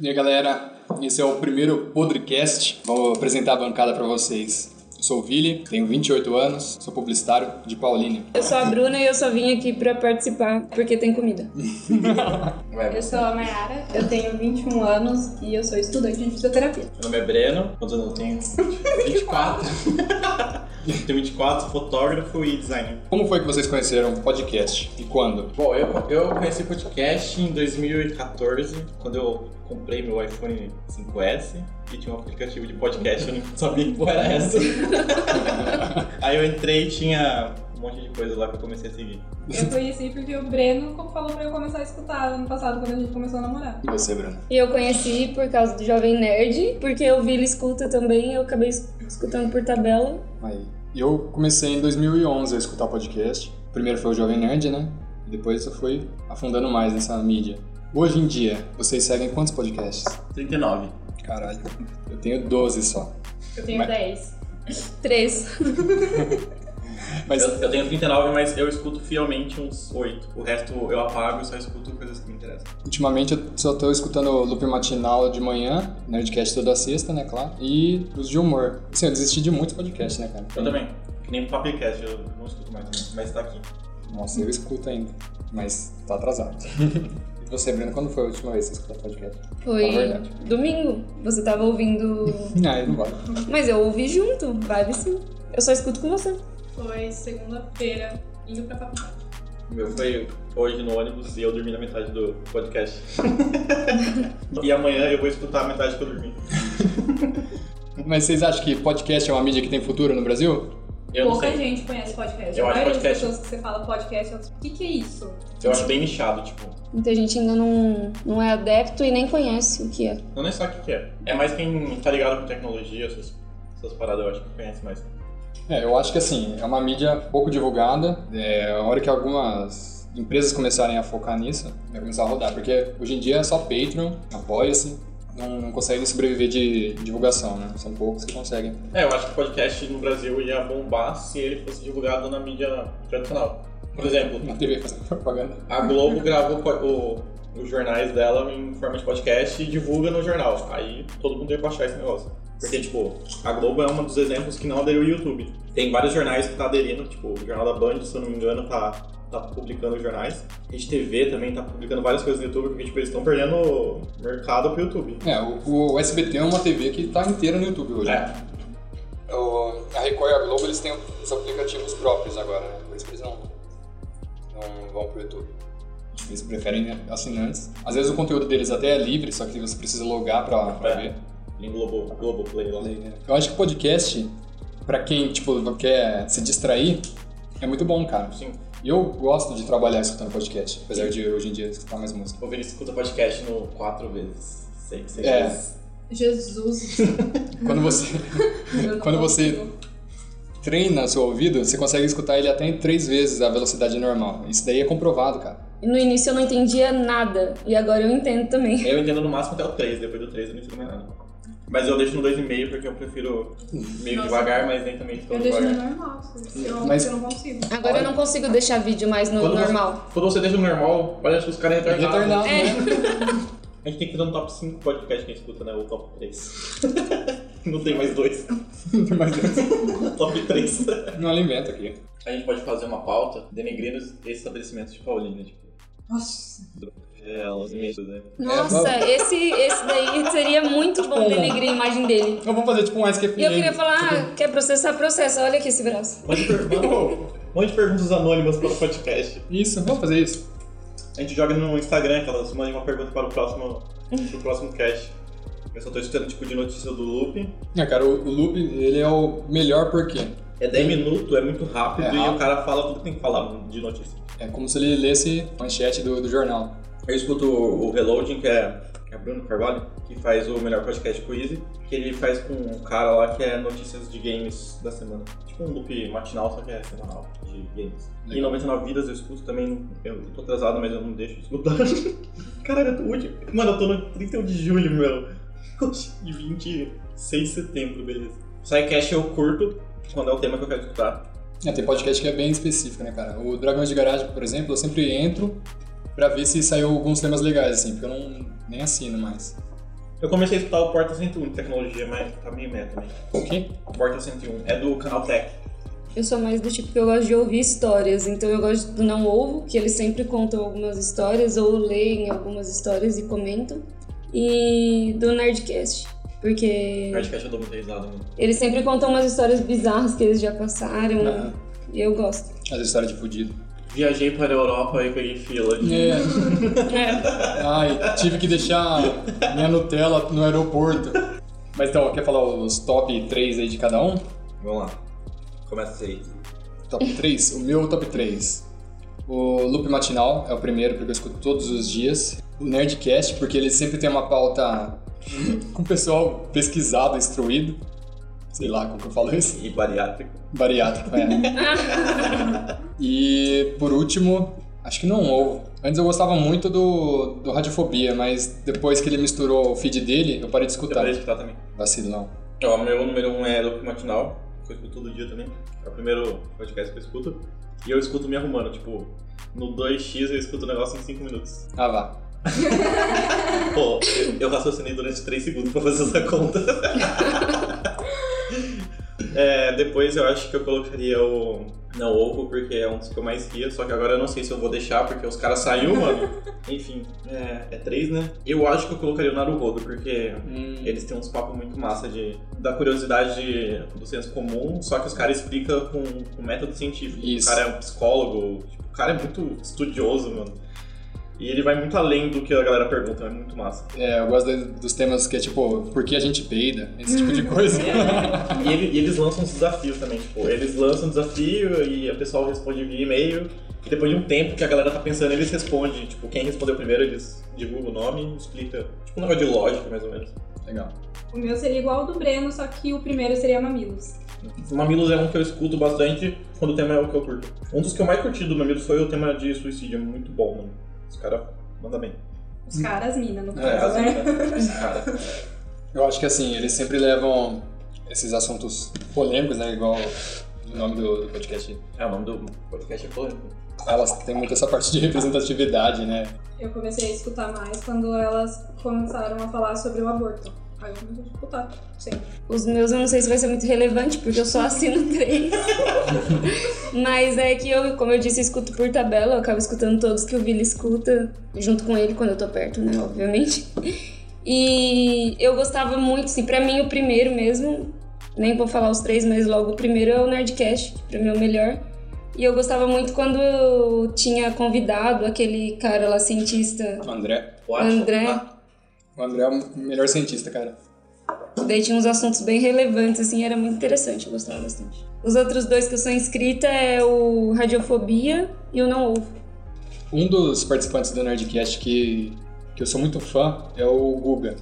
E aí, galera, esse é o primeiro podcast. Vou apresentar a bancada para vocês. Eu sou o Vili, tenho 28 anos, sou publicitário de Paulínia. Eu sou a Bruna e eu só vim aqui pra participar porque tem comida. Vai, Eu sou a Mayara, eu tenho 21 anos e eu sou estudante de fisioterapia. Meu nome é Breno, quantos anos eu tenho? 24. tenho 24, fotógrafo e designer. Como foi que vocês conheceram o podcast e quando? Bom, eu, eu conheci o podcast em 2014, quando eu comprei meu iPhone 5S e tinha um aplicativo de podcast, eu não sabia que porra era essa. Aí eu entrei e tinha um monte de coisa lá que eu comecei a seguir. Eu conheci porque o Breno falou pra eu começar a escutar ano passado, quando a gente começou a namorar. E você, Bruno? E eu conheci por causa do Jovem Nerd, porque eu vi ele escuta também e eu acabei es- escutando por tabela. Aí. Eu comecei em 2011 a escutar podcast. Primeiro foi o Jovem Nerd, né? E depois eu fui afundando mais nessa mídia. Hoje em dia, vocês seguem quantos podcasts? 39. Caralho, eu tenho 12 só. Eu tenho Mas- 10. Três. Mas Eu, eu tenho 39, mas eu escuto fielmente uns 8. O resto eu apago e só escuto coisas que me interessam. Ultimamente eu só tô escutando o loop matinal de manhã, Nerdcast toda sexta, né, claro? E os de humor. Assim, eu desisti de muitos podcasts, né, cara? Eu também. Que nem Papicast, eu não escuto mais, também, mas tá aqui. Nossa, eu escuto ainda, mas tá atrasado. e você, Breno, quando foi a última vez que você escutou podcast? Foi Fala a verdade. domingo. Você tava ouvindo. Ah, eu não vale. Mas eu ouvi junto, vibe sim. Eu só escuto com você. Foi segunda-feira, indo pra faculdade. O meu foi hoje no ônibus e eu dormi na metade do podcast. e amanhã eu vou escutar a metade que eu dormi. Mas vocês acham que podcast é uma mídia que tem futuro no Brasil? Eu Pouca não sei. gente conhece podcast. Eu a acho maioria das podcast- pessoas que você fala podcast, elas, o que, que é isso? Eu acho bem nichado, tipo. Muita gente ainda não, não é adepto e nem conhece o que é. Eu nem sabe o que que é. É mais quem tá ligado com tecnologia, essas, essas paradas eu acho que conhece mais. É, eu acho que assim, é uma mídia pouco divulgada. É, a hora que algumas empresas começarem a focar nisso, vai começar a rodar. Porque hoje em dia é só Patreon, apoia-se. Não, não conseguem sobreviver de divulgação, né? São poucos que conseguem. É, eu acho que o podcast no Brasil ia bombar se ele fosse divulgado na mídia tradicional. Por exemplo, Na TV fazendo propaganda. A Globo grava o po- o- os jornais dela em forma de podcast e divulga no jornal. Tipo, Aí todo mundo ia baixar esse negócio. Porque, tipo, a Globo é um dos exemplos que não aderiu ao YouTube. Tem vários jornais que tá aderindo, tipo, o Jornal da Band, se eu não me engano, tá, tá publicando os jornais. A gente TV também tá publicando várias coisas no YouTube, porque, tipo, eles estão perdendo mercado pro YouTube. É, o, o SBT é uma TV que tá inteira no YouTube hoje. É. O- a Record e a Globo, eles têm os aplicativos próprios agora, né? Por isso que eles não, não vão pro YouTube. Eles preferem né, assinantes. Às vezes o conteúdo deles até é livre, só que você precisa logar pra, pra É. ver. Em Globo, Globoplay lá. né? Eu acho que podcast, pra quem, tipo, quer se distrair, é muito bom, cara. Sim, Eu gosto de trabalhar escutando podcast, apesar de hoje em dia escutar mais música. o Vinícius escuta podcast no quatro vezes. Seis, seis É. vezes. Jesus. Uhum. Quando você eu não Quando você- consigo. treina o seu ouvido, você consegue escutar ele até em três vezes a velocidade normal. Isso daí é comprovado, cara. No início eu não entendia nada e agora eu entendo também. Eu entendo no máximo até o 3, depois do 3 eu não entendo mais nada. Mas eu deixo no 2,5 porque eu prefiro meio Nossa. devagar, mas nem também tão Eu deixo no devagar. normal, eu, Mas- eu não consigo. Agora eu não consigo deixar vídeo mais no Quando você- normal. Quando você deixa no normal, olha que os caras é retardado. Retornado, É. né? A gente tem que fazer um top 5 podcast que a gente escuta, né? Ou top 3. não tem mais dois. Mas top 3. É. não alimenta aqui. A gente pode fazer uma pauta denegrindo esses estabelecimentos de Paulina, tipo. Nossa. É, os mesmos, né? Nossa, esse, esse daí seria muito bom denegrir a imagem dele. Eu vou fazer tipo um SQFN. E eu queria falar, ah, quer processar, processa. Olha aqui esse braço. Mande, per... Mande perguntas anônimas para o podcast. Isso, vamos fazer isso. A gente joga no Instagram, que elas mandam uma pergunta para o próximo, pro próximo cast. Eu só tô escutando tipo de notícia do loop. É, cara, o, o loop, ele é o melhor porquê. É 10 minutos, é muito rápido, É e rápido. o cara fala tudo que tem que falar de notícia. É como se ele lesse manchete do, do jornal. Eu escuto o o Reloading, que é, que é Bruno Carvalho, que faz o melhor podcast com o Easy, que ele faz com um cara lá que é notícias de games da semana. Tipo um loop matinal, só que é semanal, de games. E Legal. 99 Vidas eu escuto também, eu tô atrasado, mas eu não deixo de escutar. Caralho, eu tô hoje... Mano, eu tô no 31 de julho, meu. Hoje, de 26 de setembro, beleza. Sidecast eu curto, quando é o tema que eu quero escutar. É, tem podcast que é bem específico, né, cara? O Dragões de Garagem, por exemplo, eu sempre entro pra ver se saiu alguns temas legais, assim, porque eu não nem assino mais. Eu comecei a escutar o Porta 101 de tecnologia, mas tá meio meta. né? O quê? Porta 101 é do canal Tech. Eu sou mais do tipo que eu gosto de ouvir histórias, então eu gosto do Não Ovo, que eles sempre contam algumas histórias ou leem algumas histórias e comentam, e do Nerdcast, porque O podcast eu dou muita risada, mano. eles sempre contam umas histórias bizarras que eles já passaram, Ah. Aham. e eu gosto. As histórias de fudido. Viajei para a Europa e peguei fila. de- É. Ai, tive que deixar minha Nutella no aeroporto. Mas então, quer falar os top 3 aí de cada um? Vamos lá. Começa aí. Top 3? O meu top 3. O Loop Matinal é o primeiro, porque eu escuto todos os dias. O Nerdcast, porque ele sempre tem uma pauta com o pessoal pesquisado, instruído. Sei lá como que eu falo isso. E bariátrico. Bariátrico, é. e por último, acho que não ovo. Antes eu gostava muito do, do Radiofobia, mas depois que ele misturou o feed dele, eu parei de Você escutar. pode escutar também. Vacilão. Ó, meu número um é Loop Matinal, que eu escuto todo dia também. É o primeiro podcast que eu escuto. E eu escuto me arrumando, tipo, no 2x eu escuto o negócio em 5 minutos. Ah, vá. Pô, eu- eu raciocinei durante 3 segundos pra fazer essa conta. É, depois eu acho que eu colocaria o Não Ovo, porque é um dos que eu mais ria, só que agora eu não sei se eu vou deixar, porque os caras saíram, mano. Enfim, é, é três, né? Eu acho que eu colocaria o Naruhodo, porque eles têm uns papos muito massa de, da curiosidade do senso comum, só que os caras explicam com, com método científico. Isso. O cara é um psicólogo, tipo, o cara é muito estudioso, mano. E ele vai muito além do que a galera pergunta, é muito massa. É, eu gosto de- dos temas que é tipo, por que a gente peida? Esse tipo de coisa. E, ele- e eles lançam uns desafios também, tipo, eles lançam um desafio e a pessoa responde via e-mail. E depois de um tempo que a galera tá pensando, eles respondem, tipo, quem respondeu primeiro, eles divulgam o nome e explica. Tipo um negócio de lógica, mais ou menos. Legal. O meu seria igual ao do Breno, só que o primeiro seria Mamilos. O Mamilos é um que eu escuto bastante quando o tema é o que eu curto. Um dos que eu mais curti do Mamilos foi o tema de suicídio, é muito bom, mano. Os caras mandam bem. Os Hum. caras, mina, no É, caso, as né? minas, os cara. Eu acho que assim, eles sempre levam esses assuntos polêmicos, né? Igual o nome do, do podcast. É, o nome do podcast é polêmico. Elas têm muito essa parte de representatividade, né? Eu comecei a escutar mais quando elas começaram a falar sobre o aborto. Aí eu comecei a escutar, é sempre. Os meus eu não sei se vai ser muito relevante, porque eu só assino três. Mas é que eu, como eu disse, escuto por tabela, eu acabo escutando todos que o Billy escuta, junto com ele quando eu tô perto, né? Obviamente. E eu gostava muito, assim, pra mim o primeiro mesmo, nem vou falar os três, mas logo o primeiro é o Nerdcast, que pra mim é o melhor. E eu gostava muito quando eu tinha convidado aquele cara lá, cientista, O André. O André. O André é o melhor cientista, cara. Daí tinha uns assuntos bem relevantes, assim, era muito interessante, eu gostava bastante. Os outros dois que eu sou inscrita é o Radiofobia e o Não Ovo. Um dos participantes do Nerdcast que, que eu sou muito fã é o Guga.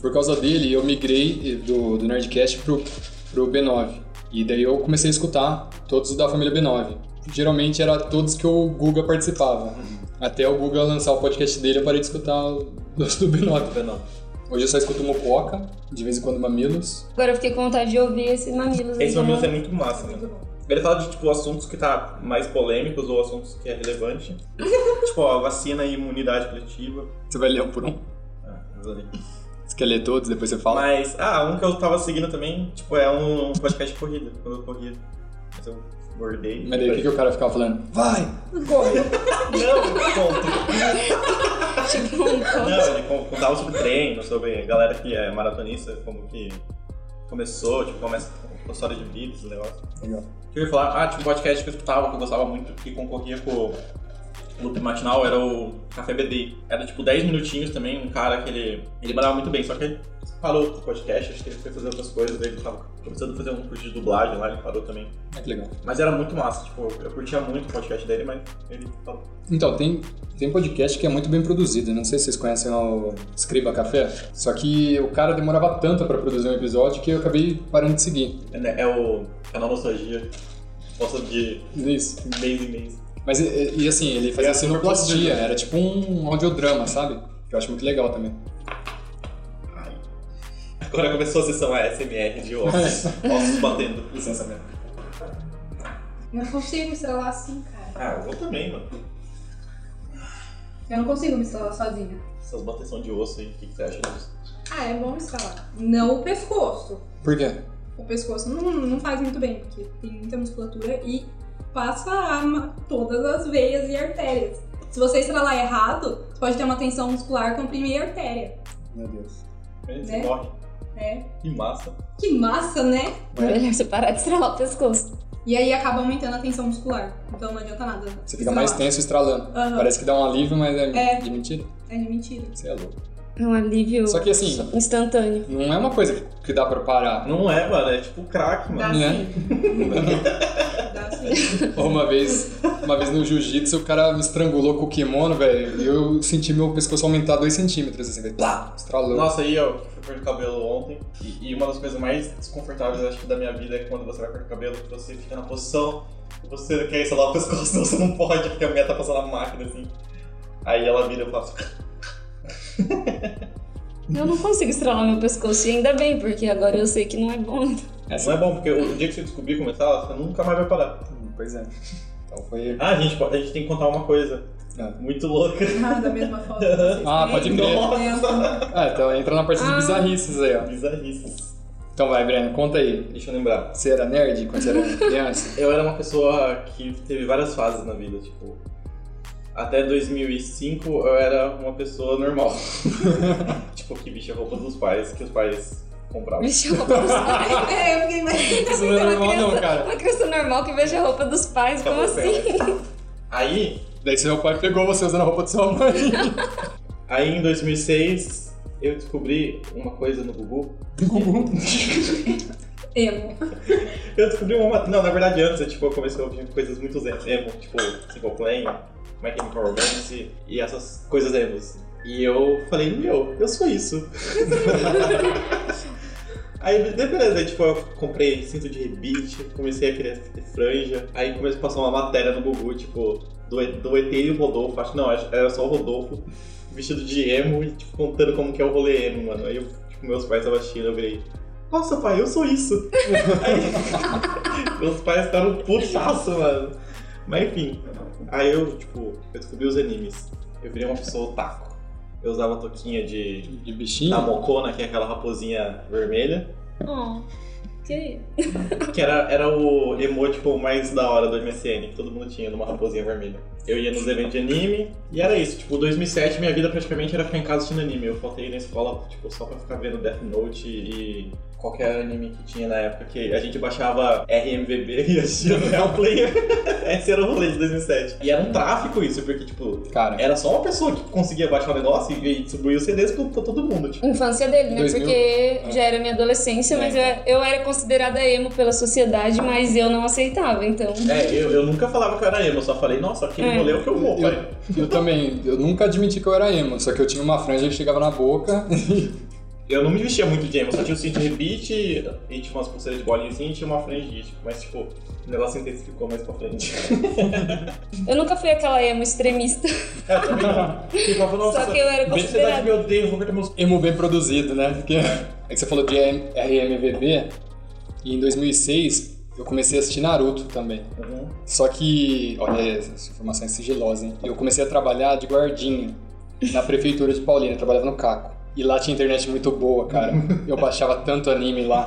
Por causa dele, eu migrei do, do Nerdcast pro, pro B9. E daí eu comecei a escutar todos da família B9. Geralmente era todos que o Guga participava. Até o Guga lançar o podcast dele, eu parei de escutar os do B9. Não. Hoje eu só escuto Mococa, de vez em quando Mamilos. Agora eu fiquei com vontade de ouvir esse Mamilos. Esse então- Mamilos é muito massa, mano. Muito bom. Ele fala de, tipo, assuntos que tá mais polêmicos ou assuntos que é relevante. tipo, ó, vacina e imunidade coletiva. Você vai ler um por um? Ah, mas ali. Você quer ler todos, depois você fala? Mas, ah, um que eu tava seguindo também, tipo, é um podcast de corrida. Quando eu corria, mas eu bordei. Mas daí o que, que o cara ficava falando? Vai! Não, conto. Tipo, um conto. Não, ele con- contava sobre treino, sobre a galera que é maratonista, como que começou, tipo, começa com a história de vida, esse negócio. Legal. O Que eu ia falar, ah, tipo, um podcast que eu escutava, que eu gostava muito, que concorria com o loop matinal, era o Café BD. Era, tipo, 10 minutinhos também, um cara que ele, ele mandava muito bem, só que ele parou com o podcast, acho que ele foi fazer outras coisas, daí ele tava começando a fazer um curso de dublagem lá, ele parou também. Ah, que legal. Mas era muito massa, tipo, eu curtia muito o podcast dele, mas ele falou. Então, tem, tem podcast que é muito bem produzido. Não sei se vocês conhecem o Escriba Café. Só que o cara demorava tanto pra produzir um episódio que eu acabei parando de seguir. É, é o canal Nostalgia, posta de é Isso. mês em mês. Mas, e, e assim, ele É, fazia super sinoplastia. produzido. Era tipo um audiodrama, sabe? Que eu acho muito legal também. Agora começou a sessão ASMR de ossos. ossos batendo. Licença né? mesmo. Eu não consigo me estralar assim, cara. Ah, eu vou também, mano. Eu não consigo me estralar sozinha. Essas bateções de osso aí, o que, que você acha disso? Ah, Ah, é bom escalar. Não o pescoço. Por quê? O pescoço não, não faz muito bem, porque tem muita musculatura e passa a ma- todas as veias e artérias. Se você estralar errado, você pode ter uma tensão muscular, comprimir a artéria. Meu Deus. A gente Né? morre. É. Que massa. Que massa, né? Melhor você parar de estralar o pescoço. E aí acaba aumentando a tensão muscular. Então não adianta nada. Você fica mais Estralar. tenso estralando. Aham. Parece que dá um alívio, mas é, É. de mentira. É de mentira. Você é louco. É um alívio Só que assim, instantâneo. não é uma coisa que- que dá pra parar. Não é, mano. É tipo crack, mano. Dá Né? sim. Dá sim. Uma vez, uma vez no jiu-jitsu, o cara me estrangulou com o kimono, velho, e eu senti meu pescoço aumentar 2 centímetros, assim, velho. Plá! Estralou. Nossa, aí eu fui cortar o cabelo ontem. E, e uma das coisas mais desconfortáveis, acho que, da minha vida é quando você vai cortar o cabelo, que você fica na posição, você quer instalar o pescoço, então você não pode, porque a mulher tá passando a máquina assim. Aí ela vira e fala. assim, Eu não consigo estralar meu pescoço e ainda bem, porque agora eu sei que não é bom. Não é bom, porque o dia que você descobrir como está, você nunca mais vai parar. Hum, Pois é. Então foi. Ah, gente, pode- a gente tem que contar uma coisa. Ah. Muito louca. Ah, da mesma forma. que vocês É, Ah, têm. pode crer. Nossa! Ah, então entra na parte de Ah. bizarrices aí, ó. Bizarrices. Então vai, Breno, conta aí. Deixa eu lembrar. Você era nerd quando você era criança? Eu era uma pessoa que teve várias fases na vida, tipo. Até 2005 eu era uma pessoa normal. tipo, que vestia roupas dos pais, que os pais compravam. Vestir a roupa dos pais. É, eu fiquei mais. Isso não é normal, não, cara. Uma criança normal que veja a roupa dos pais, como assim? Aí, Daí seu pai pegou você usando a roupa de sua mãe. aí em 2006 eu descobri uma coisa no Gugu. Emo. Eu descobri uma. Não, na verdade antes, eu, tipo, eu comecei a ouvir coisas muito zen- emo, tipo, Simple Plan, My Chemical Romance e essas coisas emos. E eu falei, meu, eu sou isso. Aí, daí, beleza, aí, tipo, eu comprei cinto de rebite, comecei a querer ter franja, aí começou a passar uma matéria no Gugu, tipo, do, E- do ET e o Rodolfo, acho que não, acho- era só o Rodolfo, vestido de emo e, tipo, contando como que é o rolê emo, mano. Aí, eu, tipo, meus pais estavam assistindo, eu virei, nossa, pai, eu sou isso. aí, meus pais ficaram putaço, mano. Mas, enfim, aí eu, tipo, eu descobri os animes, eu virei uma pessoa otaku. Eu usava toquinha de De bichinho? da Mocona, que é aquela raposinha vermelha, Oh, que que era, era o emoticon mais da hora do MSN, que todo mundo tinha numa raposinha vermelha. Eu ia nos eventos de anime, e era isso. Tipo, 2007, minha vida praticamente era ficar em casa assistindo anime. Eu faltei na escola, tipo, só pra ficar vendo Death Note e qualquer anime que tinha na época, que a gente baixava RMVB e assistia no Real Player. Esse era o rolê de 2007. E era um tráfico isso, porque, tipo... Cara, Era só uma pessoa que conseguia baixar o negócio e e distribuir os CDs pra pra todo mundo, tipo. Infância dele, né? 2000. Porque É. já era minha adolescência, mas eu, É. eu era considerada emo pela sociedade, mas eu não aceitava, então. É, eu, eu nunca falava que eu era emo, eu só falei, nossa, aquele É. rolê é o que eu vou, pai. eu também. Eu nunca admiti que eu era emo, só que eu tinha uma franja que chegava na boca. Eu não me vestia muito de emo, só tinha o cinto de rebite e tipo umas pulseiras de bolinha e tinha uma franjinha, tipo, mas tipo, o negócio intensificou mais pra frente. Eu nunca fui aquela emo extremista, Eu É, também não. Ficava, nossa, só que eu era bem que você tá de considerada. meu Deus, vou cortar meus... emo bem produzido, né? Porque é que você falou de RMVB e em 2006 eu comecei a assistir Naruto também. Uhum. Só que, olha, essas informações sigilosas, hein? Eu comecei a trabalhar de guardinha na prefeitura de Paulina, eu trabalhava no Caco. E lá tinha internet muito boa, cara. Eu baixava tanto anime lá.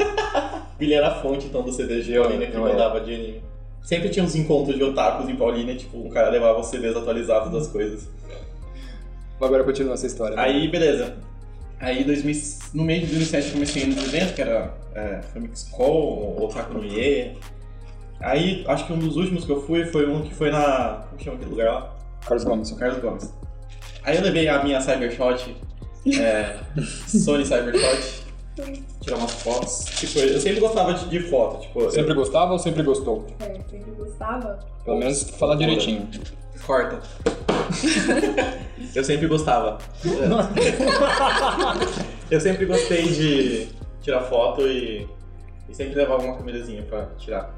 Billy era a fonte, então, do CDG, a menina que Eu era. mandava de anime. Sempre tinha uns encontros de otakus em Paulínia, tipo, o cara levava os CDs atualizados das coisas. Mas Agora continua essa história. né? Aí, beleza. Aí, 2000, no meio de 2007, eu comecei a ir nos eventos, que era é, Famix Call, Otaku no Ie. Aí, acho que um dos últimos que eu fui foi um que foi na. Como chama aquele lugar lá? Carlos Gomes. São Carlos Gomes. Aí eu levei a minha Cybershot, é, Sony Cybershot, tirar umas fotos. Tipo, eu sempre gostava de, de foto, tipo, eu- Sempre gostava ou sempre gostou? É, sempre gostava. Pelo menos falar direitinho. Corta. eu sempre gostava. eu sempre gostei de tirar foto e, e sempre levava uma câmerazinha pra tirar.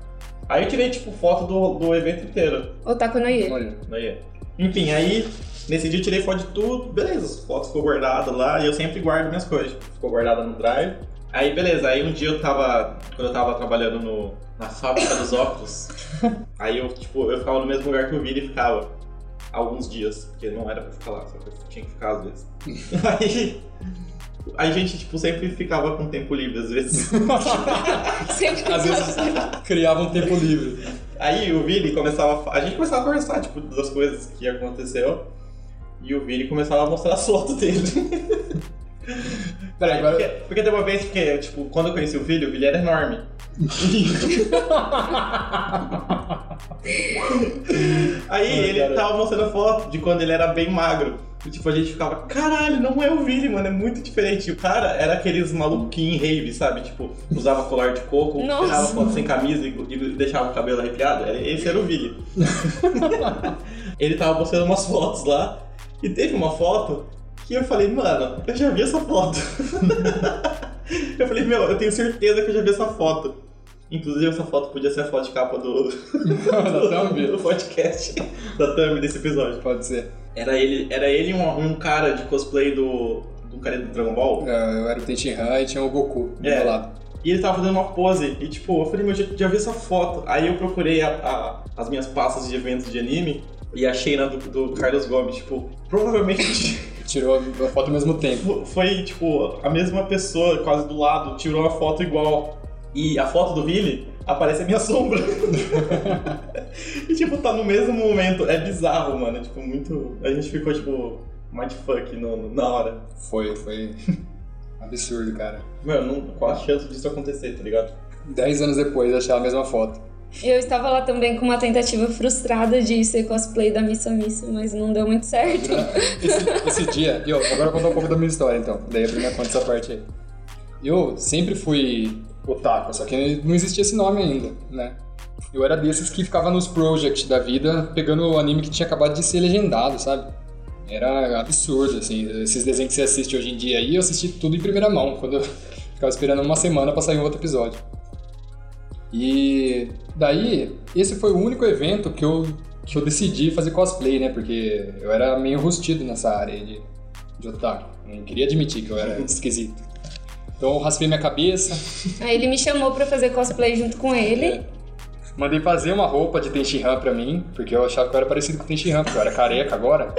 Aí eu tirei, tipo, foto do, do evento inteiro. Otaku no Ie. Olha, Não ia. Enfim, aí nesse dia eu tirei foto de tudo, beleza, as fotos ficou guardada lá e eu sempre guardo minhas coisas. tipo, Ficou guardada no drive. Aí beleza, aí um dia eu tava. Quando eu tava trabalhando no, na fábrica dos óculos, aí eu, tipo, eu ficava no mesmo lugar que o Vini ficava. Alguns dias, porque não era pra ficar lá, só que eu tinha que ficar às vezes. aí A gente, tipo, sempre ficava com tempo livre, às vezes. Sempre Às vezes criava um tempo livre. Aí o Vini começava. a fa- A gente começava a conversar, tipo, das coisas que aconteceu. E o Vini começava a mostrar as fotos dele. Peraí, agora. Porque, porque tem uma vez que, tipo, quando eu conheci o Vini, o Vini era enorme. Aí Ai, ele cara. tava mostrando foto de quando ele era bem magro. E, tipo, a gente ficava, caralho, não é o Vini, mano, é muito diferente. E O cara era aqueles maluquinhos em rave, sabe? Tipo, usava colar de coco, Nossa. tirava foto sem camisa e, e deixava o cabelo arrepiado. Era- Esse era o Vini. ele tava mostrando umas fotos lá. E teve uma foto que eu falei, mano, eu já vi essa foto. eu falei, meu, eu tenho certeza que eu já vi essa foto. Inclusive, essa foto podia ser a foto de capa do, Da thumb? do podcast, da thumb desse episódio. Pode ser. Era ele, era ele e um, um cara de cosplay do. do cara do Dragon Ball. É, Eu era o Tenchin Han e tinha o Goku do É. meu lado. E ele tava fazendo uma pose. E tipo, eu falei, meu, já, já vi essa foto. Aí eu procurei a- a- as minhas pastas de eventos de anime e achei na do, do Carlos Gomes. Tipo, provavelmente Tirou a foto ao mesmo tempo. fo- foi, tipo, a mesma pessoa, quase do lado, tirou uma foto igual. E a foto do Billy aparece a minha sombra. e tipo, tá no mesmo momento. É bizarro, mano. Tipo, muito. A gente ficou, tipo, mindfuck no, no, na hora. Foi, foi. Absurdo, cara. Meu, não, qual a chance disso acontecer, tá ligado? Dez anos depois, achar a mesma foto. Eu estava lá também com uma tentativa frustrada de ser cosplay da Missa Missa, mas não deu muito certo. Esse, esse dia, eu agora eu vou contar um pouco da minha história, então. Daí a minha conta essa parte aí. Eu sempre fui otaku, só que não existia esse nome ainda, né? Eu era desses que ficava nos projects da vida, pegando o anime que tinha acabado de ser legendado, sabe? Era absurdo, assim. Esses desenhos que você assiste hoje em dia aí, eu assisti tudo em primeira mão, quando eu ficava esperando uma semana pra sair um outro episódio. E daí, esse foi o único evento que eu, que eu decidi fazer cosplay, né? Porque eu era meio rustido nessa área de, de otaku. Não queria admitir que eu era esquisito. Então eu raspei minha cabeça, é, Aí ele me chamou pra fazer cosplay junto com ele. mandei fazer uma roupa de Tenshinhan pra mim, porque eu achava que eu era parecido com o Tenshinhan, porque eu era careca agora.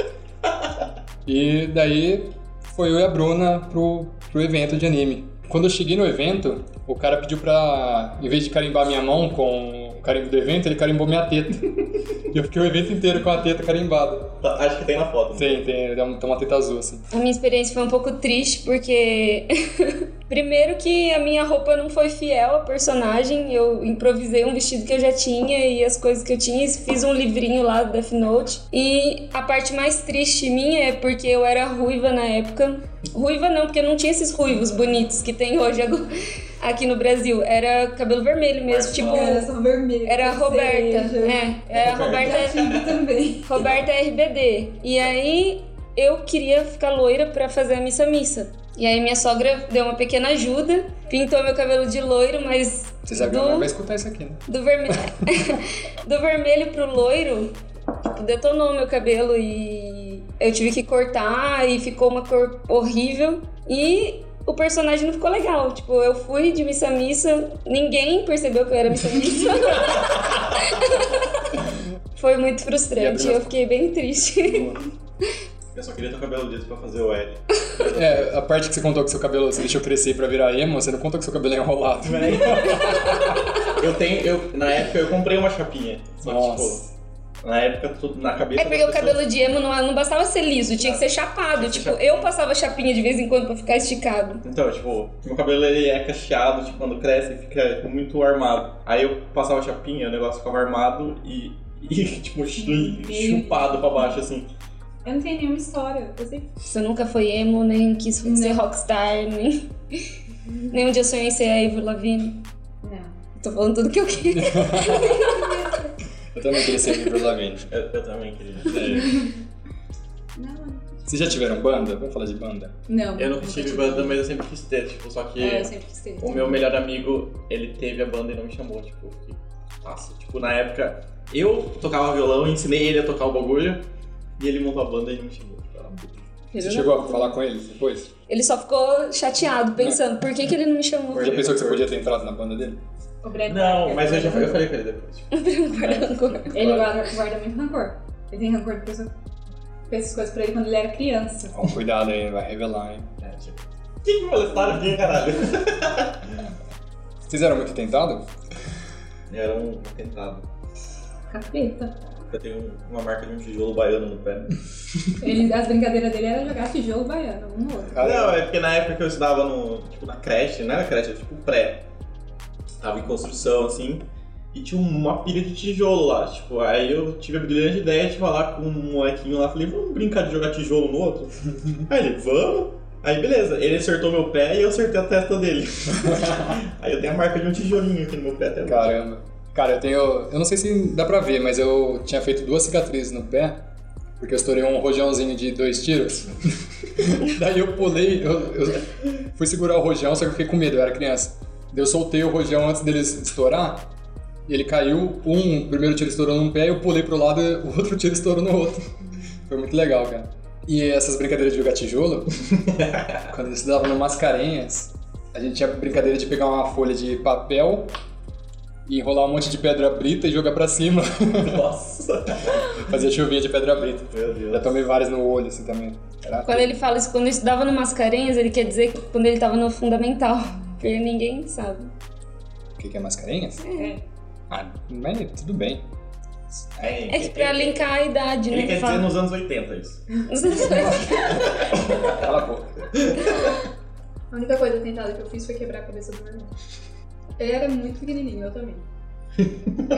E daí foi eu e a Bruna pro, pro evento de anime. Quando eu cheguei no evento, o cara pediu pra, em vez de carimbar minha mão com o carimbo do evento, ele carimbou minha teta. E eu fiquei o evento inteiro com a teta carimbada. Tá, acho que tem na foto. Tem, tem, tem uma- tem uma teta azul assim. A minha experiência foi um pouco triste porque primeiro que a minha roupa não foi fiel à personagem, eu improvisei um vestido que eu já tinha e as coisas que eu tinha, e fiz um livrinho lá do Death Note. E a parte mais triste minha é porque eu era ruiva na época. Ruiva não, porque não tinha esses ruivos bonitos que tem hoje agora- aqui no Brasil. Era cabelo vermelho mesmo, tipo Era só vermelho. era a Roberta. cereja. É, era a Roberta Já tive também. Roberta RBD. E aí eu queria ficar loira pra fazer a missa missa. E aí minha sogra deu uma pequena ajuda, pintou meu cabelo de loiro, mas Você sabe que Do- minha mãe vai escutar isso aqui, né? do vermelho do vermelho pro loiro, tipo, detonou meu cabelo e eu tive que cortar e ficou uma cor horrível e o personagem não ficou legal. Tipo, eu fui de missa missa, ninguém percebeu que eu era missa missa. Foi muito frustrante, eu fiquei bem triste. Eu só queria ter o cabelo desse pra fazer o L. É, a parte que você contou que seu cabelo você deixou crescer pra virar emo, você não contou que seu cabelo é enrolado. Né? eu tenho. Eu, na época eu comprei uma chapinha. Só que, Nossa. tipo, na época tudo na cabeça. É porque o das pessoas- cabelo de emo não, não bastava ser liso, tinha que ser chapado. Tinha que ser Tipo, chapado. eu passava chapinha de vez em quando pra ficar esticado. Então, tipo, meu cabelo ele é cacheado, tipo, quando cresce fica tipo, muito armado. Aí eu passava a chapinha, o negócio ficava armado e, e tipo, chu- chupado pra baixo, assim. Eu não tenho nenhuma história. Eu sempre Você nunca foi emo, nem quis ser rockstar, nem. nem um dia sonhei em ser a Avril Lavigne. Não. Tô falando tudo que eu queria. Eu também queria ser membro da Vênus. Eu, eu também queria. Não. Vocês já tiveram banda? Vamos falar de banda? Não. É, Eu nunca tive banda, mas eu sempre quis ter, tipo, só que. É, eu sempre quis ter. O meu melhor amigo, ele teve a banda e não me chamou, tipo, que passa. Tipo, na época, eu tocava violão, ensinei ele a tocar o bagulho, e ele montou a banda e não me chamou. Tipo, era puto. Você chegou a falar com eles depois? Ele só ficou chateado, pensando, por que, que ele não me chamou? Já pensou que você podia ter entrado na banda dele? O Brad Não, Parker. mas eu já falei, eu falei com ele depois. tipo, Guarda rancor. Ele guarda, guarda muito rancor. Ele tem rancor de pessoa. Fez essas coisas pra ele quando ele era criança. Ó, cuidado aí, vai revelar, hein? é, tipo, Quem que molestaram quem, caralho? Vocês eram muito tentados? Eu era um tentado. Capeta. Eu tenho uma marca de um tijolo baiano no pé. Ele, as brincadeiras dele era jogar tijolo baiano, um no outro. Não, é porque na época que eu estudava no, tipo, na creche, não era creche, era tipo pré. Tava em construção, assim, e tinha uma pilha de tijolo lá, tipo, aí eu tive a brilhante ideia de falar com um molequinho lá, falei, vamos brincar de jogar tijolo no outro? aí ele, vamos? Aí beleza, ele acertou meu pé e eu acertei a testa dele. aí eu tenho a marca de um tijolinho aqui no meu pé até hoje. Caramba. Cara, eu tenho. Eu não sei se dá pra ver, mas eu tinha feito duas cicatrizes no pé, porque eu estourei um rojãozinho de dois tiros. Daí eu pulei, eu, eu fui segurar o rojão, só que eu fiquei com medo, eu era criança. Daí eu soltei o rojão antes dele estourar, e ele caiu, um o primeiro tiro estourou num pé, eu pulei pro lado e o outro tiro estourou no outro. Foi muito legal, cara. E essas brincadeiras de jogar tijolo, quando eu estudava no Mascarenhas, a gente tinha brincadeira de pegar uma folha de papel e enrolar um monte de pedra brita e jogar pra cima. Nossa, Fazia chuvinha de pedra brita. Já meu Deus. tomei várias no olho, assim, também. Era Quando ele fala isso, quando eu estudava no Mascarenhas, ele quer dizer que quando ele tava no fundamental. Porque ninguém sabe. O que, que é mascarenhas? É. Ah, mas tudo bem. É que pra linkar a idade, né? Ele quer dizer Fala- nos anos 80 isso. Não sei se foi- Cala a boca. A única coisa tentada que eu fiz foi quebrar a cabeça do meu irmão. Ele era muito pequenininho, eu também.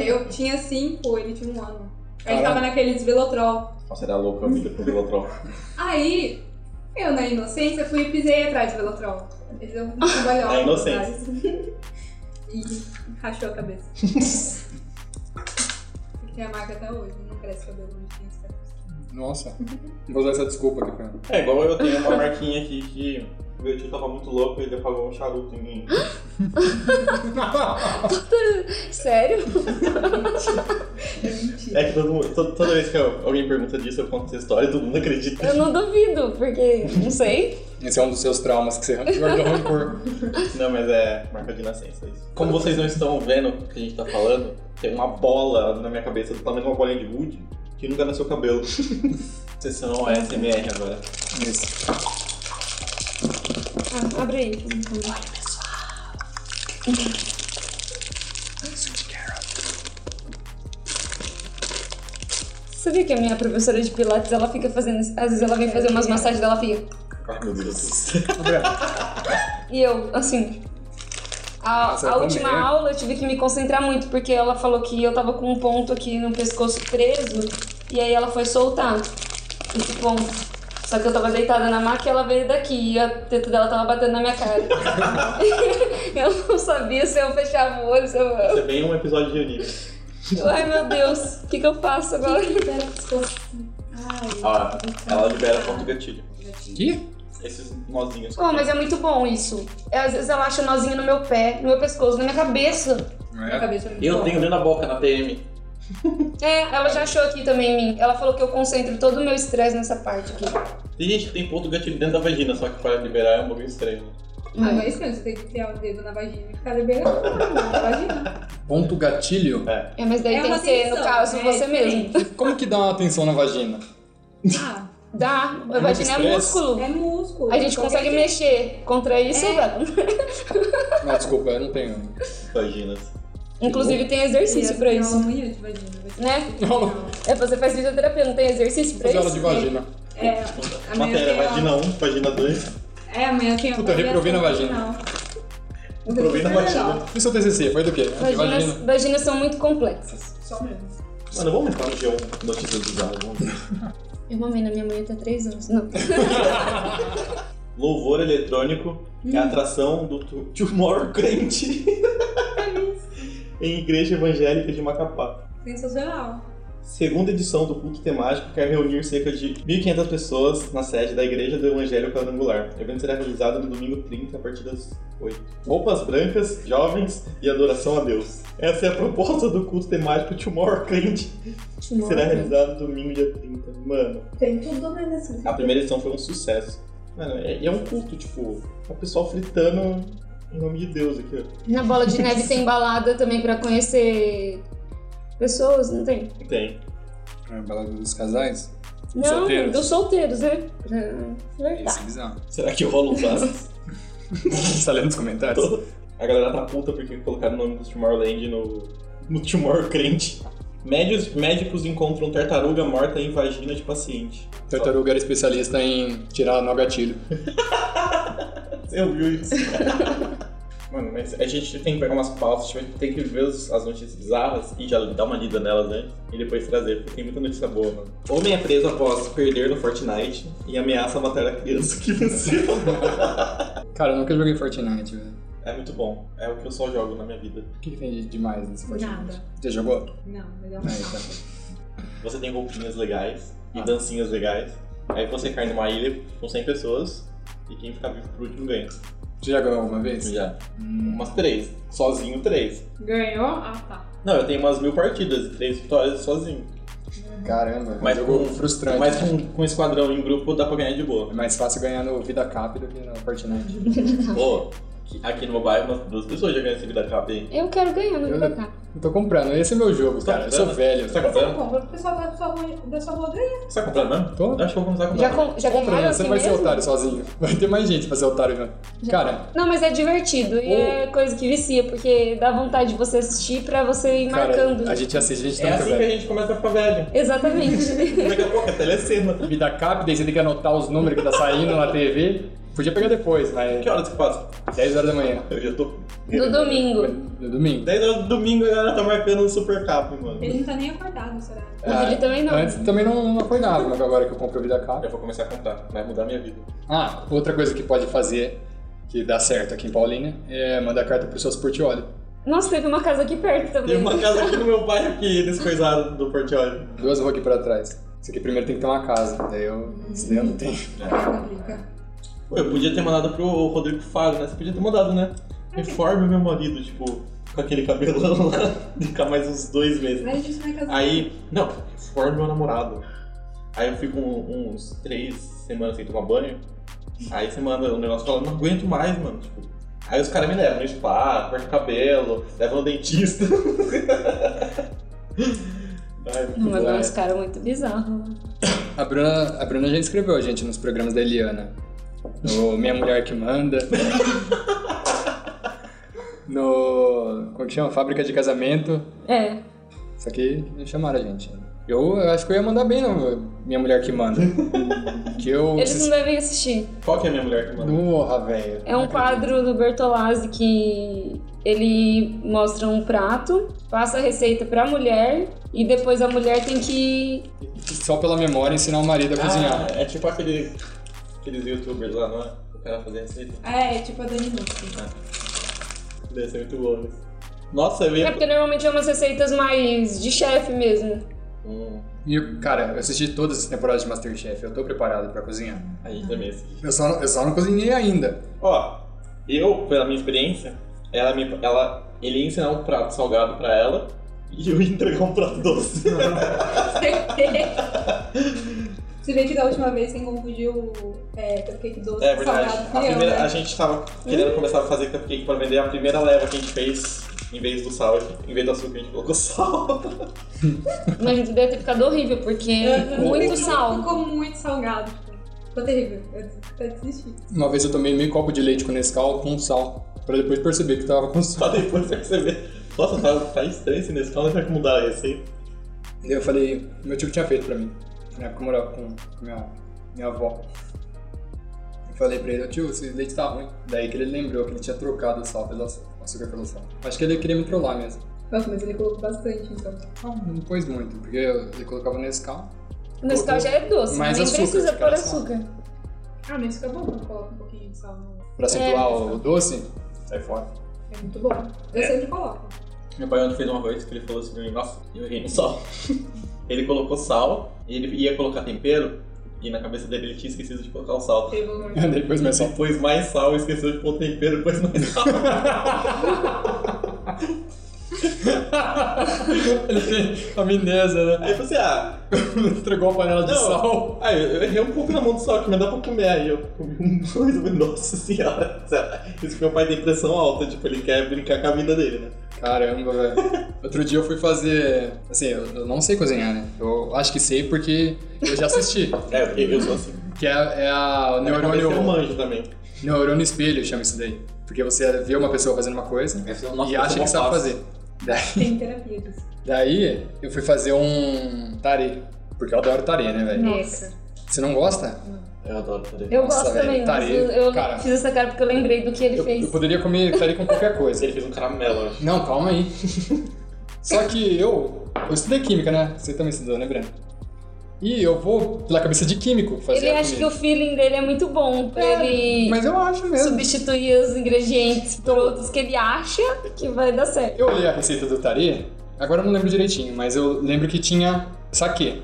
eu tinha cinco, ele tinha um ano. Aí ele tava Caralho. naqueles velotrol. Nossa, era louco a vida pro Velotrol. Aí, eu na inocência fui e pisei atrás do velotrol. Eles deu um trabalhão. Na inocência. E rachou a cabeça. Tem a marca até hoje, não cresce cabelo, não tinha essa cabeça. Nossa. Vou usar essa desculpa aqui, cara. É, igual eu tenho uma marquinha aqui que meu tio tava muito louco e ele apagou um charuto em mim. Sério? É mentira. É que todo mundo, to- toda vez que eu- alguém pergunta disso, eu conto essa história e todo mundo acredita. Eu não duvido, porque não sei. Esse é um dos seus traumas que você guardou um rancor. Não, mas é marca de nascença isso. Como vocês não estão vendo o que a gente tá falando, tem uma bola na minha cabeça do tamanho de uma bolinha de gude que nunca nasceu cabelo. Sessão ASMR agora. Isso. Ah, abre aí. Sabia que a minha professora de pilates, ela fica fazendo... Às vezes ela vem fazer umas massagens, ela fica... Ai meu Deus. E eu, assim. A, Nossa, a eu última também. aula eu tive que me concentrar muito, porque ela falou que eu tava com um ponto aqui no pescoço preso, e aí ela foi soltar esse ponto. Só que eu tava deitada na maca e ela veio daqui, e o teto dela tava batendo na minha cara. eu não sabia se eu fechava o olho, se eu. Isso é bem um episódio de anime. Ai meu Deus, o que, que eu faço agora? Libera as coisas. Ai, Ah, ela libera ponto gatilho. Que? Esses nozinhos. Oh, mas é muito bom isso. É, Às vezes ela acha nozinho no meu pé, no meu pescoço, na minha cabeça. minha cabeça é muito Eu boa. tenho dentro da boca na TM. É, ela já achou aqui também em mim. Ela falou que eu concentro todo o meu estresse nessa parte aqui. Tem gente que tem ponto gatilho dentro da vagina, só que para liberar é um bagulho estranho. né? Ah, não é isso mesmo, você tem que enfiar o dedo na vagina e ficar liberando na vagina. Ponto gatilho? É, mas daí É tem uma que ser, no tensão, caso, né? você É mesmo. Como que dá uma tensão na vagina? Ah, Dá, a vagina é estresse. músculo. é músculo. A gente consegue Qualquer mexer contra isso, É. velho. Não, desculpa, eu não tenho. Vaginas. Inclusive tem jeito. exercício pra Tem isso, Uma unha de vagina. vai ser- né? Não, É, você faz fisioterapia, não tem exercício pra fazer aula isso? de vagina. É, amanhã Matéria, tem a- vagina 1, vagina 2. É, amanhã tem a Puta, eu reprovei na vagina. Não. Reprovei na vagina. E seu TCC? Foi do quê? De Vaginas, vagina. vaginas são muito complexas. Só um mesmo. Mano, vamos entrar no G1. Notícias bizarras. Vamos ver. Eu mamei na minha mãe até três anos. Não. Louvor eletrônico é a atração do tu- Tomorrow Crente. em igreja evangélica de Macapá. Sensacional. Segunda edição do culto temático quer reunir cerca de 1.500 pessoas na sede da Igreja do Evangelho Quadrangular. O evento será realizado no domingo 30, a partir das 8. Roupas brancas, jovens e adoração a Deus. Essa é a proposta do culto temático Tomorrow Crente, que será realizado domingo, dia 30. Mano, Tem tudo né, nesse A primeira edição foi um sucesso. Mano, é, e é um culto, tipo, o pessoal fritando em nome de Deus aqui, ó. Na bola de neve tem balada também pra conhecer pessoas, não tem? Tem. É, balada dos casais? Não, Solteiros. dos solteiros, né? Pra Isso, é flertar. bizarro. Será que rola um vaso? Você tá lendo os comentários? Tô. A galera tá puta porque colocaram o nome do Tomorrowland no, no Tomorrow crente. Médios, médicos encontram tartaruga morta em vagina de paciente. Tartaruga era especialista em tirar nó gatilho. Eu vi isso. Mano, mas a gente tem que pegar umas pautas, tipo, a gente tem que ver os- as notícias bizarras e já dar uma lida nelas antes e depois trazer, porque tem muita notícia boa, mano. Homem é preso após perder no Fortnite e ameaça matar a criança que venceu. Cara, eu nunca joguei Fortnite, velho. É muito bom, é o que eu só jogo na minha vida. O que, que tem de demais nesse Fortnite? Nada. Você jogou? Não, é É, melhor Aí, não. tá. Você tem roupinhas legais e Ah. dancinhas legais. Aí você cai numa ilha com 100 pessoas e quem ficar vivo por último ganha. Você já ganhou alguma vez? Já. Hum, Umas três. Sozinho, três. Ganhou? Ah, tá. Não, eu tenho umas mil partidas e três vitórias sozinho. caramba, mas Mas jogo com- frustrante. Mas com, com esquadrão em grupo dá pra ganhar de boa. É mais fácil ganhar no Vida Cap do que no Fortnite. Pô, aqui- aqui no meu bairro umas duas pessoas já ganham esse vida cap aí. Eu quero ganhar no Eu- BK. Eu tô comprando, esse é meu jogo, Tá cara. Eu sou comprando? velho. Você tá Você não comprando? compra, o pessoal da sua rua, da sua rua ganha. Você tá comprando mesmo? Tô. Eu acho que eu vou começar a Já, comprar. com, já compraram Comprando, assim você vai mesmo? ser otário sozinho. Vai ter mais gente pra ser otário mesmo. Cara, Não, mas é divertido e Ou- é coisa que vicia, porque dá vontade de você assistir pra você ir tá marcando. cara, a gente assiste, a gente tá É muito assim que a velho. gente começa a ficar velho. Exatamente. Daqui a pouco é telecena. Vida Cap, daí você tem que anotar os números que tá saindo na TV. Podia pegar depois, mas Que horas que passa? 10 horas da manhã. Eu já tô... no domingo. No domingo. 10 horas do domingo a galera tá marcando um super cap, mano. Ele não tá nem acordado, será? É. O Vili também não. Ah, Antes também não, não acordava, mas agora que eu comprei o Vida Cap. Eu vou começar a comprar, vai mudar minha vida. Ah, outra coisa que pode fazer, que dá certo aqui em Paulínia, é mandar carta pro seu Sportioli. Nossa, teve uma casa aqui perto também. Tem uma casa aqui no meu bairro que eles coisaram do Portioli. Duas ruas aqui pra trás. Isso aqui primeiro tem que ter uma casa, daí eu. Isso daí eu não tenho. Complica. Pô, Eu podia ter mandado pro Rodrigo Faro, né? Você podia ter mandado, né? Reforme o meu marido, tipo, com aquele cabelão lá, ficar mais uns dois meses. Mas a gente não é casado. Aí, não, reforme meu namorado. Aí eu fico um- uns três semanas sem tomar banho. Aí você manda um negócio falando, não aguento mais, mano. Tipo, aí os caras me levam no spa, corta o cabelo, levam no dentista. Ai, muito Não, mas bom. é uns caras muito bizarros. A Bruna, a Bruna já inscreveu a gente nos programas da Eliana. No Minha Mulher Que Manda. No. Como que chama? Fábrica de Casamento. É. Isso aqui não chamaram a gente. Eu, eu acho que eu ia mandar bem no Minha Mulher Que Manda. Que eu. Eles não devem assistir. Qual que é a minha mulher que manda? Porra, velho. É um quadro do Bertolazzi que ele mostra um prato, passa a receita pra mulher e depois a mulher tem que. Só pela memória ensinar o marido a cozinhar. Ah, é tipo aquele, aqueles youtubers lá, não é? O cara fazendo receita. É, é tipo a Dani Nucci. Deve ser muito bom isso. Nossa, eu É ia. porque normalmente é umas receitas mais de chefe mesmo. Hum, E, cara, eu assisti todas as temporadas de Masterchef, eu tô preparado pra cozinhar. a gente também assiste. Eu só, não- eu só não cozinhei ainda. Ó, eu, pela minha experiência, ela me. Ela, ele ia ensinar um prato salgado pra ela e eu ia entregar um prato doce. Certeza. Você vê que da última vez quem confundiu é, cupcake doce é com verdade. salgado A, fui eu, primeira, né? Hum? a gente tava querendo começar a fazer cupcake pra vender a primeira leva que a gente fez. Em vez do sal, em vez do açúcar, a gente colocou sal. Mas deve ter ficado horrível, porque É, muito sal. Ficou muito salgado. tipo, Ficou terrível. Eu até desisti. Uma vez eu tomei meio copo de leite com Nescau com sal, pra depois perceber que tava com sal. Só depois é você perceber. Nossa, tá, tá estranho esse nesse caldo, vai mudar a receita. Daí eu falei, meu tio tinha feito pra mim. Na época eu morava com com minha, minha avó. Eu falei pra ele, "Ô, tio, esse leite tá ruim. Daí que ele lembrou que ele tinha trocado o sal pelo açúcar, o açúcar pelo sal. Acho que ele queria me trollar mesmo. Nossa, mas ele colocou bastante, então. Não, não pôs muito, porque ele colocava Nescau. Nesse caso já é doce, Mais nem açúcar, precisa cara, pôr sal. açúcar. Ah, mas fica bom quando coloca um pouquinho de sal. no- Pra acentuar É. o doce, sai fora. É muito bom. Eu sempre coloco. Meu pai ontem fez uma vez que ele falou assim pra mim, nossa, eu errei no sal. ele colocou sal, e ele ia colocar tempero, e na cabeça dele ele tinha esquecido de colocar o sal. Teve um- Depois mais sal. Só pôs mais sal, esqueceu de pôr o tempero, pôs mais sal. Ele tem amnésia, né? Aí eu falei assim, ah, Entregou a panela de Não. sal. ah, eu eu errei um pouco na mão do sal aqui, mas dá pra comer. Aí eu comi um dois, eu falei, nossa senhora. Isso que meu pai tem pressão alta, tipo, ele quer brincar com a vida dele, né? Caramba, velho. Outro dia eu fui fazer. Assim, eu, eu não sei cozinhar, né? Eu acho que sei porque eu já assisti. É, porque eu sou assim. que é, é a, o Na minha cabeça Eu neurônio. é manjo também. Neurônio espelho chama isso daí. Porque você vê uma pessoa fazendo uma coisa Esse é o nosso e acha próximo que sabe passo. fazer. Daí, Tem terapia disso. daí eu fui fazer um tarê. Porque eu adoro tarê, né, velho? Nossa. Você não gosta? Eu adoro fazer. Eu Nossa, gosto velho, também, mas tarê, eu, eu cara. fiz essa cara porque eu lembrei do que ele Eu, fez. eu poderia comer tarê com qualquer coisa. Ele fez um caramelo, eu acho. Não, calma aí. Só que eu, eu estudei química, né? Você também estudou, né, Breno? E eu vou pela cabeça de químico fazer Ele a acha que o comida. feeling dele é muito bom pra ele Mas eu acho mesmo. substituir os ingredientes por outros que ele acha que vai dar certo. Eu olhei a receita do tarê, agora eu não lembro direitinho, mas eu lembro que tinha saquê.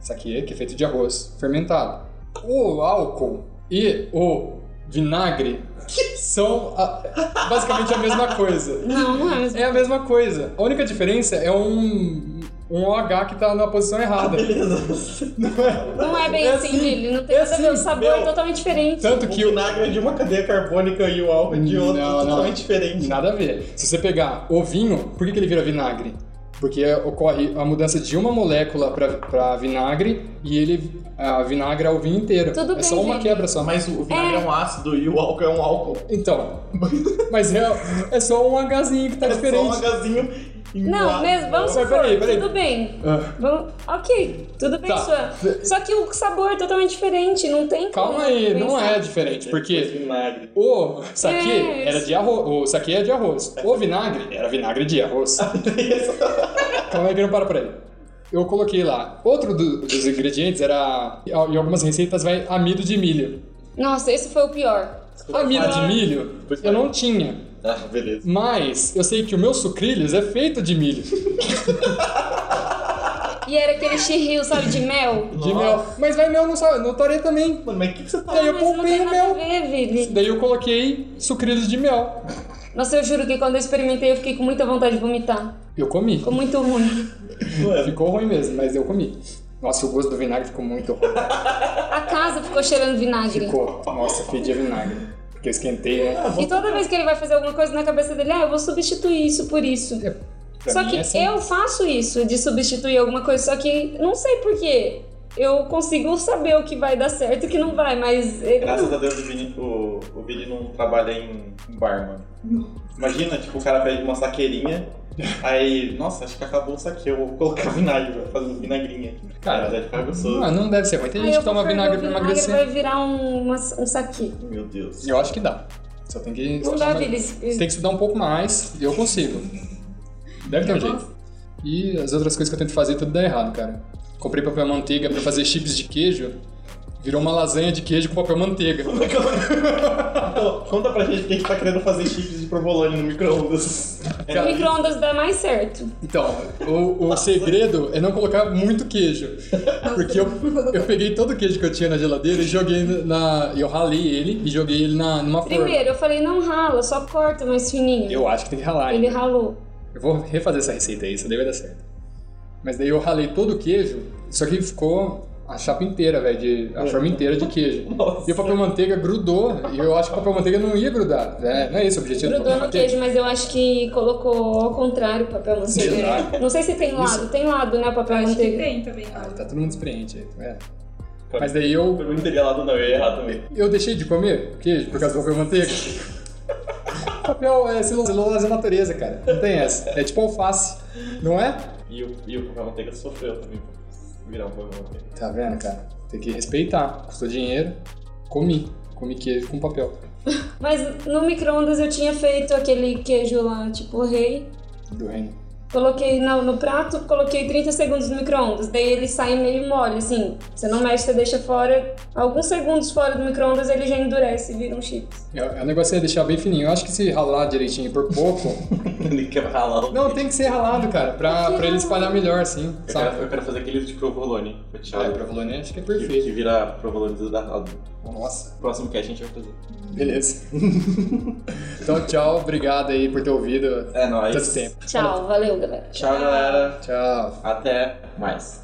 Saquê, que é feito de arroz fermentado. O álcool e o vinagre são a- basicamente a mesma coisa. Não, não é mesmo. É a mesma coisa. A única diferença é um, um OH que tá na posição errada. Beleza. Não é bem É assim, assim, Billy. Não tem é nada a ver. O assim, sabor é meu. totalmente diferente. Tanto O que o. vinagre é de uma cadeia carbônica e o álcool é de outra, Não, não. totalmente diferente. Nada a ver. Se você pegar o vinho, por que, que ele vira vinagre? Porque ocorre a mudança de uma molécula pra- pra vinagre e ele a vinagre é o vinho inteiro. Tudo é bem, só uma gente. quebra só. Mas o vinagre é. um ácido e o álcool é um álcool. Então, mas é, é só um Hzinho que tá É só um diferente. agazinho Não, mesmo. Mas Vamos supor, peraí, peraí. tudo bem. Ah, Vamos... Ok, tudo bem, Tá. sua. Só que o sabor é totalmente diferente. Não tem como calma aí, não pensar. é diferente, porque Vinagre. o saquê É. era de arroz, o saquê é de arroz, o vinagre era vinagre de arroz. Calma aí que não para por aí. Eu coloquei lá. Outro do- dos ingredientes era. Em algumas receitas vai amido de milho. Nossa, esse foi o pior. Amido Ah, de Agora- milho Pois eu vai. não tinha. Ah, beleza. Mas eu sei que o meu sucrilhos é feito de milho. E era aquele chirril, sabe, de mel. De mel. Mas vai mel no, sa- no torê também. Mano, mas o que, que você tá Daí eu Mas não poupei tem o nada a mel. ver, Billy. Daí eu coloquei sucrilhos de mel. Nossa, eu juro que quando eu experimentei eu fiquei com muita vontade de vomitar. Eu comi. Ficou muito ruim. Mano, Ficou ruim mesmo, mas eu comi. Nossa, o gosto do vinagre ficou muito ruim. A casa ficou cheirando vinagre. Ficou. Nossa, fedia vinagre. Porque eu esquentei, né? E toda vez que ele vai fazer alguma coisa na cabeça dele, ah, eu vou substituir isso por isso. Pra só mim que é assim. eu faço isso, de substituir alguma coisa, só que não sei porquê. Eu consigo saber o que vai dar certo e o que não vai, mas ele graças a Deus o Vini, o, o Vini não trabalha em bar, mano. Imagina, tipo, o cara pede uma saqueirinha, aí, nossa, acho que acabou o saque, eu vou colocar vinagre, vou fazer um vinagrinha. Cara, Cara, vai ficar gostoso. Ah, não deve ser ruim. Tem Ah, gente eu que toma vou ferver vinagre o pra vai emagrecer. virar um, uma- um saque. Meu Deus. Eu acho que dá. Só tem que. Não dá, Billy. Você tem que estudar um pouco mais, e eu consigo. Deve ter um jeito. E as outras coisas que eu tento fazer, tudo dá errado, cara. Comprei papel manteiga pra fazer chips de queijo, virou uma lasanha de queijo com papel manteiga. Então, conta pra gente quem que tá querendo fazer chips de provolone no micro-ondas. O micro-ondas dá mais certo. Então, o, o segredo é não colocar muito queijo. Porque eu, eu peguei todo o queijo que eu tinha na geladeira e joguei na. Eu ralei ele e joguei ele na, numa forma. Primeiro, eu falei, não rala, só corta mais fininho. Eu acho que tem que ralar né? Ele ainda. ralou. Eu vou refazer essa receita aí, isso daí vai dar certo. Mas daí eu ralei todo o queijo, só que ficou a chapa inteira, velho, de- a forma inteira de queijo. Nossa. E o papel manteiga grudou, e eu acho que o papel manteiga não ia grudar. né? não é esse o objetivo do Grudou papel no manteiga. queijo, mas eu acho que colocou ao contrário o papel manteiga. Será? Não sei se tem lado. Tem lado, né, o Eu papel acho que manteiga. tem também, Ah, claro. tá todo mundo experiente aí, é. Mas daí eu, Eu não teria lado não, eu ia errar também. eu deixei de comer queijo por causa do papel manteiga. papel é celu- celulose é natureza, cara. Não tem essa. É tipo alface, não é? E o, e o papel manteiga sofreu também pra virar um papel manteiga. Tá vendo, cara? Tem que respeitar. Custou dinheiro, comi. Comi queijo com papel. Mas no micro-ondas eu tinha feito aquele queijo lá, tipo rei. Do reino. Coloquei no, no prato, coloquei 30 segundos no micro-ondas. Daí ele sai meio mole, assim. Você não mexe, você deixa fora. Alguns segundos fora do micro-ondas ele já endurece e vira um chips. É, é, O negócio é deixar bem fininho. Eu acho que se ralar direitinho por pouco. Ele quer ralar. Não, tem que ser ralado, cara, pra, pra ele espalhar melhor, assim, Eu quero, sabe? eu quero fazer aquele de provolone. Ah, fatiado, pra Volone, acho que é Que, que perfeito. vira provolone desidratado. Nossa, Próximo que a gente vai fazer. beleza. então, tchau, obrigado aí por ter ouvido É nóis. tanto tempo. Tchau, valeu, galera. Tchau, galera. Tchau. Até mais.